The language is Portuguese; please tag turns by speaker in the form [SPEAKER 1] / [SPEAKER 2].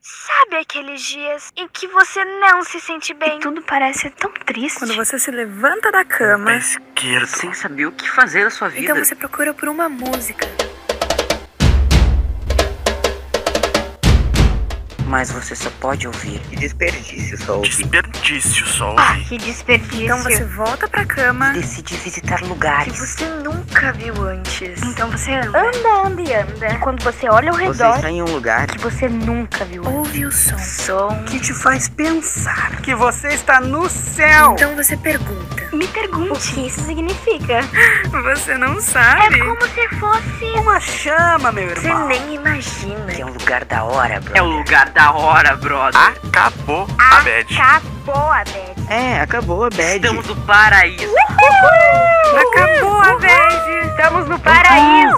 [SPEAKER 1] Sabe aqueles dias em que você não se sente bem?
[SPEAKER 2] E tudo parece tão triste.
[SPEAKER 3] Quando você se levanta da cama,
[SPEAKER 4] Pé esquerdo.
[SPEAKER 5] sem saber o que fazer da sua vida.
[SPEAKER 3] então você procura por uma música.
[SPEAKER 5] Mas você só pode ouvir.
[SPEAKER 6] E desperdício só ouvir.
[SPEAKER 4] Desperdício só ouvir.
[SPEAKER 1] Ah, Que desperdício.
[SPEAKER 3] Então você volta pra cama.
[SPEAKER 5] Decide visitar
[SPEAKER 2] Que
[SPEAKER 5] lugares.
[SPEAKER 2] você nunca viu antes. Então você anda.
[SPEAKER 1] anda, anda e anda. E quando você olha ao
[SPEAKER 6] Você
[SPEAKER 1] redor,
[SPEAKER 6] está em um lugar
[SPEAKER 1] que você nunca viu.
[SPEAKER 3] Ouve o som.
[SPEAKER 2] Som.
[SPEAKER 7] que te faz pensar que você está no céu.
[SPEAKER 3] Então você pergunta.
[SPEAKER 1] Me pergunte o que isso significa.
[SPEAKER 3] Você não sabe?
[SPEAKER 1] Como se fosse. um
[SPEAKER 7] Uma chama, meu
[SPEAKER 2] É Você
[SPEAKER 7] irmão.
[SPEAKER 2] nem imagina.
[SPEAKER 5] Que é um lugar da hora, bro.
[SPEAKER 8] É o lugar da hora, brother.
[SPEAKER 4] Acabou a bad.
[SPEAKER 1] Acabou a bad.
[SPEAKER 6] É, acabou a bad.
[SPEAKER 8] Estamos no paraíso.
[SPEAKER 3] Acabou a vez.
[SPEAKER 1] Paraíso!